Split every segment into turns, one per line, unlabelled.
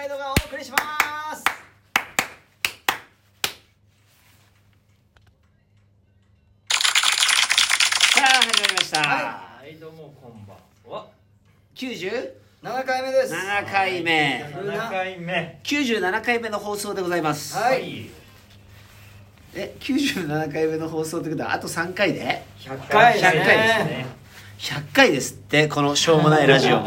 します
さあ始まりました、
はい、どうもこんばんは。
97
7回目です
回目
7回目。
97回目の放送でございます、
はい
え97回目の放送ってことはあと3回で
100
回
回
で
です
ね
すね。
100回ですってこのしょうもないラジオ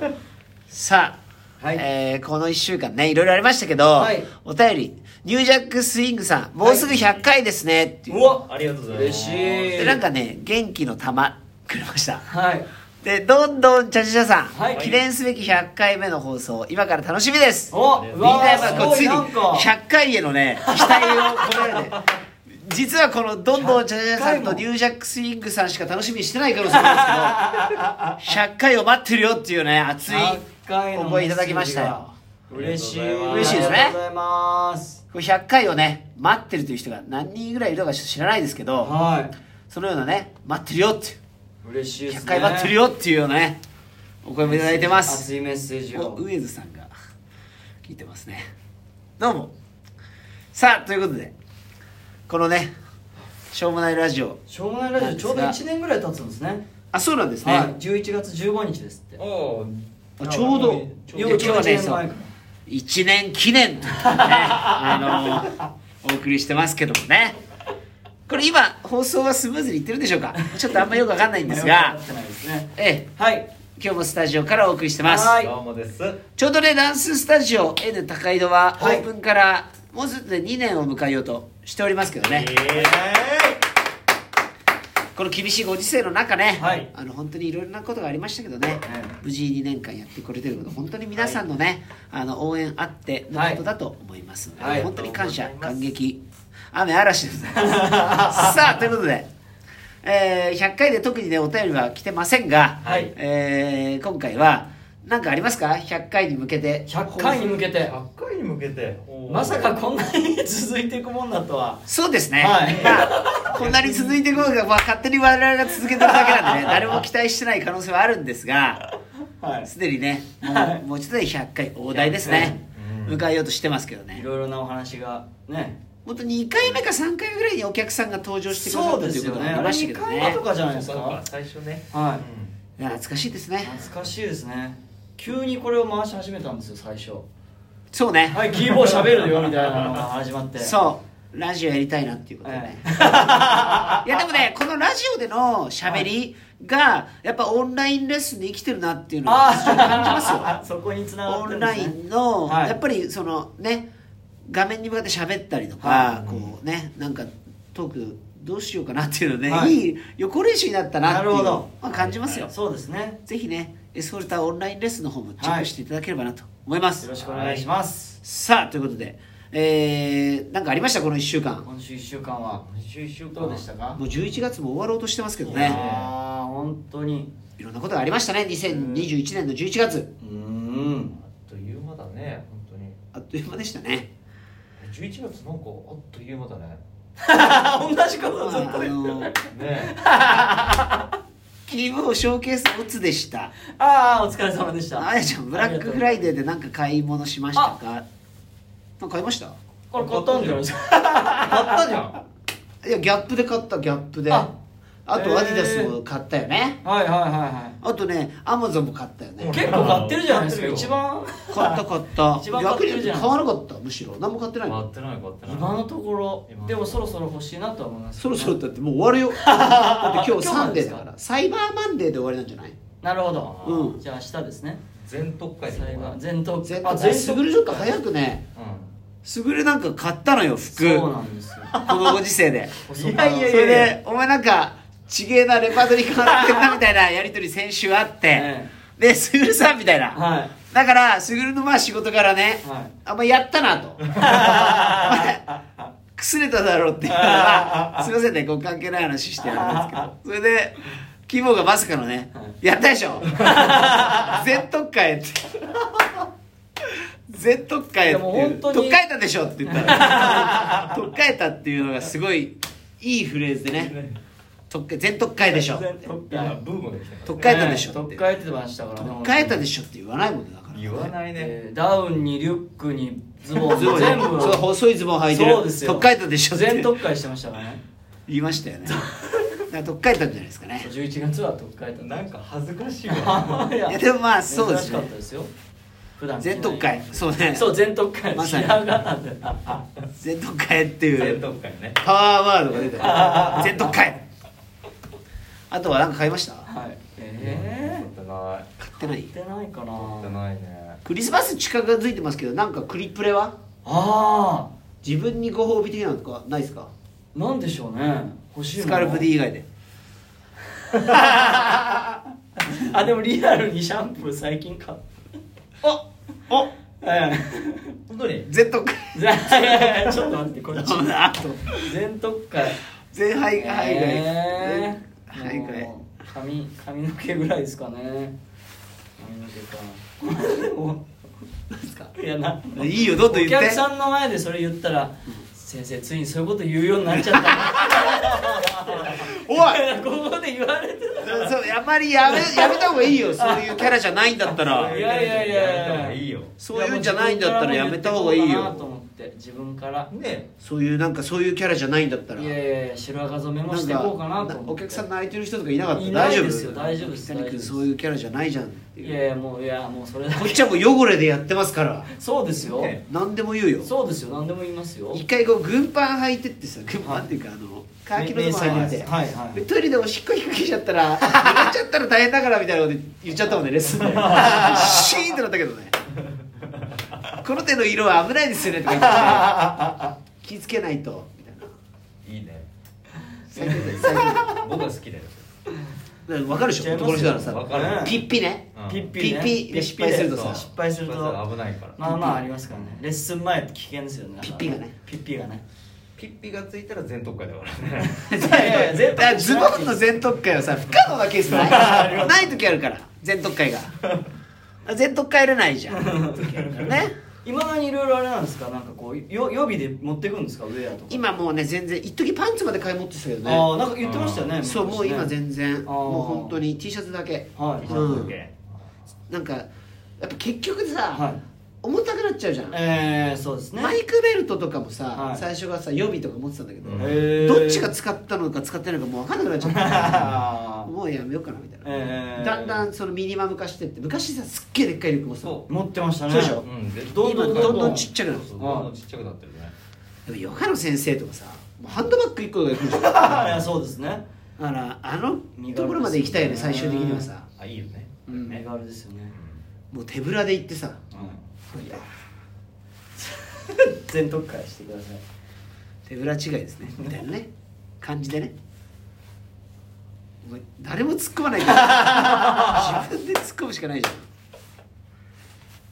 さあ、
はい
えーこの1週間ねいろいろありましたけど、
はい
お便りニュージャックスイングさんもうすぐ100回ですねっていう、
うわ、ありがとうございます。
嬉しい
でなんかね元気の玉くれました
はい
でどんどんチャチャさん、
はい
記念すべき100回目の放送今から楽しみです
お
み
うん
な
わ
や
ー
っ
す
ぱこう
ご
つい
い
に
なんか
100回へのね期待を込められて実はこのどんどんチャチャさんと
100回も
ニュージャックスイングさんしか楽しみにしてない可能性あるんですけど100回を待ってるよっていうね熱い
100回の
思いいただきましたよ
嬉しい
嬉
しいですね
ありがとうございます
これ100回をね待ってるという人が何人ぐらいいるのかちょっと知らないですけど
は
そのようなね待ってるよっていう
い嬉しいです
100
ね
回待ってるよっていうようなねお声もいただいてます
熱いメッセージ
お
を
ウエズさんが聞いてますねどうもさあということでこのねしょうもないラジオ
しょうもないラジオちょうど1年ぐらい経つんですね
あそうなんですね、
はい11月15日ですって
おー
あちょうど
よ
今
う
日
ちょう
は
ど1
ね
年
そ
前か
う1年記念という ことでねあのお送りしてますけどもねこれ今放送はスムーズにいってるんでしょうかちょっとあんまよくわかんないんですが
迷惑にな ってないですね
ええ
はい
今日もスタジオからお送りしてます
はい
どうもです。は
ちょうどねダンススタジオ N 高井戸はオ
はい
ープンからもうすぐで2年を迎えようとしておりますけどね、この厳しいご時世の中ね、
はい
あの本当にいろいろなことがありましたけどね、
ええ
無事2年間やってこれてること本当に皆さんのね、あの応援あってのことだと思いますので、
はい
本当に感謝
ありがとう
感
ございます
激雨嵐でござ いますさあということで、えー100回で特にねお便りは来てませんが、
はい
えー今回は何かありますか100回に向けて
100回に向けて
100回に向けて。おー
まさかこんなに続いていくもんだとは
そうですね、
はい
まあ、こんなに続いていくのが、まあ、勝手に我々が続けてるだけなんで ね誰も期待してない可能性はあるんですが
はい
すでにねもう,、
はい
もうちょっとで100回大台ですね
うん
迎えようとしてますけど
い
ね
ろいろなお話がね
本当に2回目か3回目ぐらいにお客さんが登場してくださ
そ
っ
う
た
で
とい
す
う
よ
こと
ね
があ
あれ
りました
2
けど
回目
ね
とかじゃないです
そう
か
か、最初ね。
はい
いや懐かしいですね
懐かしいですね急にこれを回し始めたんですよ最初
そうね、
はいキーボー喋るよみたいなのが始まってう
そうラジオやりたいなっていうことでね、いやでもねこのラジオでのしゃべりがやっぱオンラインレッスンで生きてるなっていうのを非常に感じ ますよ
あーそこに繋が
オ
ってる
ン
んで
ラ
す
イ
ね
ンの、
はい
やっぱりそのね画面に向かって喋ったりとか、
は
こうねなんかトークどうしようかなっていうのね、、
はいい
い予行練習になったなっていう
なるほど
まあ、感じますよ、
そうですね
ぜひねエスフォルターオンラインレッスンの方もチェックしていただければなと思います、
よろしくお願いします
さあということでえー、なんかありましたこの1週間
今週1週間は
週一週間
どうでしたか
もう11月も終わろうとしてますけど
いやー
ね
本当に
いろんなことがありましたね2021年の11月
うーん
あっという間だね、本当に。
あっという間でしたね
11月なんかあっという間だね。
同じこ
ま
と
あ
ずっと言っ
あ
て
の
ね
キーボーショーケースオツでした
ああお疲れ様でした
あやちゃんブラックフライデーでなんか買い物しましたかなんか買いました
これ買ったんじゃないですか
買ったじゃん。
いやギャップで買ったギャップであ
あ
と
へー
アディダスも買ったよね
はいはいはいは
あとねアマゾンも買ったよね
う
い
ん
結構買ってるじゃないですか
買って
一
るよ
番
買った買っ た
一番買っ
逆
てる
に
じゃん
買わなかったむしろ何も買ってない
買
の
ってない、買ってない。
今のところ
今のところ
でもそろそろ欲しいなとは思います
そ
けど
ろ
ね
そろだってもう終 わるよだって今日
今日
サ
な
ン
んで
デ
す
ーだ
か
からサイバーマンデーで終わりなんじゃない
なるほど、
うん
じゃあ明日ですね
全特会で
最
行こう
後
かな
全頭
全
あ
然す
頭
ぐるちょっと早くねすぐるなんか買ったのよ服
そうなんですよ
このご時世で
細
いやいやいや
それでお前なんかちげえなレパートリー変わってんなみたいなやり取り先週あって、
え
でスグルさんみたいな、
はい
だからスグルのまあ仕事からね、
はい
あんまやった なとお前くすれただろうって いうのはすいませんねこう関係ない話してるんですけどそれでキモがまさかのね、
は
やったで しょ 全特会って全特会って
いやもう本当に
特会えたでしょって言ったら取っかえたっていうのがすごいいいフレーズでね特会全特会でしょ
全特会
今ブームが来たから
特会えたでしょ
ね
って
特会えてましたからね
特会えたでしょって言わないもんねだから
言わないね
えーダウンにリュックにズボン
ズボン
全部
そう細いズボン履いてる
そうですよ
特快だでしょって
全特会してましたからね
言いましたよねだから特快だったんじゃないですかね
11月は特会だった
なんか恥ずかし い わ
い
いやでもまあそうで
珍し
す
か
ね
ったですよ普段着ない
全特会そうね
そう全特会
まさに
白髪なんであ
全特会ってい
全
う
特会ね
パワーワードが出た全特会あとは何か買いました
はいえ
買ってない
買ってない
えー、買ってないか
買って
な
ないね
クリスマス近づいてますけどなんかクリプレは
あ
自分にご褒美的なのとかないですか
ーなんでしょうね欲しいも
ス
の
カルプ D 以外で
あでもリアルにシャンプー最近買っ
おお
え
本当に
全特会
えいやいやちょっと待ってこっち
あと
全特会
全
はい
敗敗外
えー、
全敗外
もう髪髪の毛ぐらいですかね髪の毛かも
ですか
ういやない
いよどんどん言って
お客さんの前でそれ言ったら先生ついにそういうこと言うようになっちゃ った
お い
ここで言われてたら
そうやっぱりやめやめた方がいいよそういうキャラじゃないんだったら
いやいやいや
やめた方がいいよ
そういうんじゃないんだったらやめた方がいい
やもう自分からもう言ってこうかなと思って自分から
よ
ね
そういうなんかそういうキャラじゃないんだったら
いやいやいや白髪染めも
な
し
ん
てい
か
こうかなと思って
お客さん泣いてる人とかいなかった
いない
大丈夫
ですよ大丈夫です
北
大
谷
丈夫で
君
す
そういうキャラじゃないじゃんっ て
い
いう
やいやもういやもうそれだ
こっ
け
ちはもう汚れでやってますから
そうですよ、
ね
何でも言うよ
そうですよ何でも言いますよ
一回こう軍パン履いてってさ軍パンっていうかあのカーキのとこ履いてて
はいはい
でトイレでおしっこ引っ掛けちゃったら濡れちゃったら大変だからみたいなこと言っちゃったもんねレッスンでシーンとなったけどねこの手の色は危ないですよねとか言ってて気付けないとみたいない
いね
最低だよ最低だよ
僕は好きだよ
だから分かるでしょ男の人ならさ
わかる
ピッピね
うん
ピッピね
ピッピで失敗するとさ
ピッピで失敗すると
危ないから
まあまあありますからねレッスン前って危険ですよね
ピッピがね
ピッピがね
ピッピがついたら全特会だからね
いやいや
だ
絶
から
対
ズボンの全特会はさ不可能なケースないない時あるから全特会が全特会入れないじゃん時あるからね
今まにいろいろあれなんですかなんかこうよ予備で持ってくんですかウェアとか
今もうね全然一時パンツまで買い持ってたけど
ああ
ね
なんか言ってましたよね
そうもう今全然
あー
もう本当に T シャツだけ
はい
うんなんかやっぱ結局さ、
はい
重たくなっちゃうじゃん、
ええそうですね
マイクベルトとかもさ、
はい
最初はさ予備とか持ってたんだけど、
うん
えー
どっちが使ったのか使ってないのかもう分かんなくなっ ちゃった
あ
もうやめようかなみたいな、
えー
だんだんそのミニマム化してって昔さすっげえでっかいリュック持ってたの
そ
持ってましたね
そうでしょ
うんで
どんどん
今どんどんちっちゃくなる
そうそうどんどんちっちゃくなってるね
でもヨガの先生とかさもうハンドバッグ1個がいくじゃんだか
あいや そうですね
らあのところまで行きたいよね最終的にはさ
あいいよね
うん
メガルですよね
もう手ぶらで行ってさ
いや全特会してください
手ぶら違いで すねみたいなね感じでねお前誰も突っ込まないから 自分で突っ込むしかないじゃん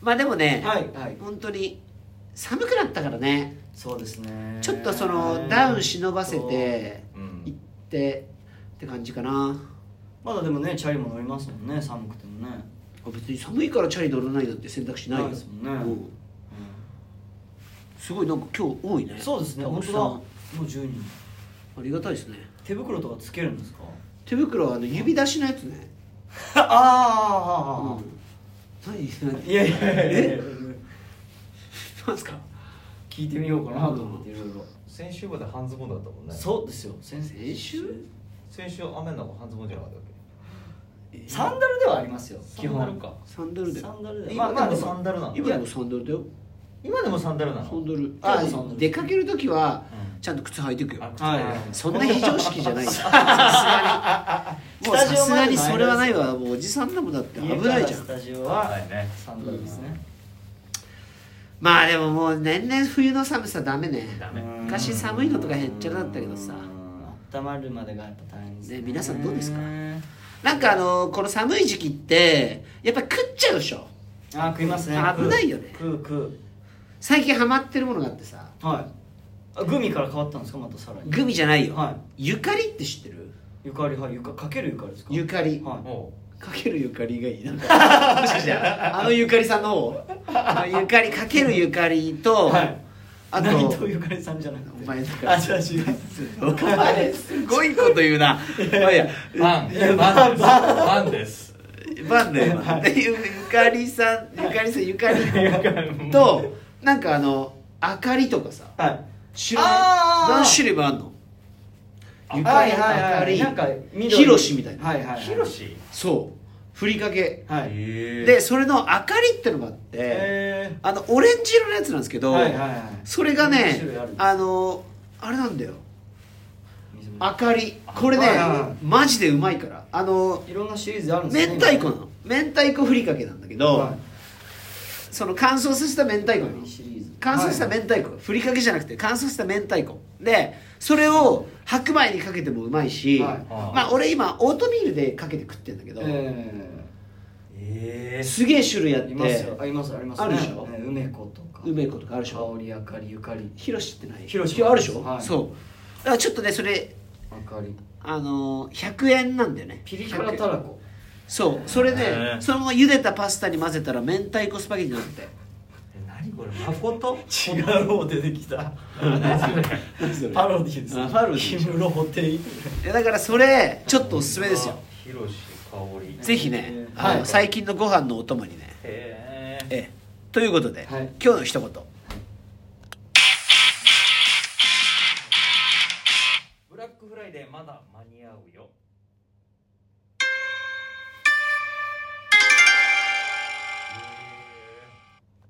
まあでもね、
はいはい
本当に寒くなったからね
そうですね
ちょっとそのダウン忍ばせて
うん
行ってって感じかな
まだでもねチャリも乗りますもんね寒くてもね
あ別に寒いからチャリ乗らないなんて選択肢ないよ
ないですもんね
うんすごいなんか今日多いね
そうですね
お
本当
客さ
だ
ん
もう10人
ありがたいですね
手袋とかつけるんですか
手袋はあの指出しのやつね、
ああ
う
あああ
ん、何何
いやいやいやいや
なんすか
聞いてみようかなと思っていろいろ
先週まで半ズボンだったもんね
そうですよ先生
先週
先週雨の中半ズボンじゃなかったっ
サンダルではありますよ
け
基本
サンダルか
サンダルだ
サ
よ
ンダルで
今
まあまあ
で
で
もサ
も
ンダルなの
今でもサンダルだよ
今でもサンダルな
サン
の
ダル
今
あ
でもサンダル
出かける時は
うん
ちゃんと靴履いてくよ、
あ
はい
そんな非常識じゃないよさすがにもう
スタ
さ
ジオ
す
ま
が
で
にそれはないわもうおじさんだもんだって危ないじゃ
家からス
ん
タジオ
は
はい
ね
サンダルですね
まあでももう年々冬の寒さダメね
ダメ
昔寒いのとかへっちゃらだったけどさ
うん温まるまでがやっぱ大変です
ね皆さんどうですか
あ
なんかあのこの寒い時期ってやっぱり食っちゃうでしょ
ー食いますね
危ないよね
食う食
最近ハマってるものがあってさ
うはいあグミから変わったんですかまたさらに
グミじゃないよ、
は
ゆかりって知ってる
ゆかりはいゆかかけるゆかりですか
ゆかり
は
も
かけるゆかりがいいなんかもしかしてあのゆかりさんの方あのゆかりかけるゆかりと、
いはい
あ
内
と
藤ゆかりさんじゃなくて
お前だから
あじゃあ違う
お前すごいこと言うなまあいや
うバンバンバンです
バンだよ今でゆゆかりさんゆかりさんゆかりとなんかあの明かりとかさ
はい
知ら
あー
ない何種類もあんのゆか
はい
り
はいはい
明かり
なんか緑
ひろしみたいな
はいはいはい
ヒロシ
そうふりかけ
はい
で
で
それの明かりってのがあって
え
あのオレンジ色のやつなんですけ
ー
ど
はいはいはい
それがね
種類あるんです
あのあれなんだよ
水も
明かりこれね
はいはいはい
マジでうまいからあの
いろんなシリーズあるんです
明
ね
太子なの明太子ふりかけなんだけど、
はい
その乾燥させた明太子よ
シリーズ
乾燥した明太子、ふりかけじゃなくて乾燥した明太子でそれを白米にかけてもうまいし、
はい
まあ俺今オートミールでかけて食ってんだけど、
え
え
すげえ種類あっ
ーいますよ
て
ありますあります
あるでしょ
ね梅子とか
梅子とかあるでしょ
香りあかりゆかり
ひろしってない
ひろし
あるでしょ、
はい
そうだからちょっとねそれ
あかり
あのー、100円なんだよね
ピリ辛たらこ
そうそれ
へ
で
ー
そのまま茹でたパスタに混ぜたら明太子スパゲティになって
何これ誠違うろう出てきた
パロディです
あパロディ
ヒムロホテイ
いやだからそれちょっとおすすめですよ
ヒロシ香り
ぜひね、
はい
あの最近のご飯のお供にね、
へえ
ええ、ということで、
はい
今日の一言
ブラックフライデーまだ間に合うよ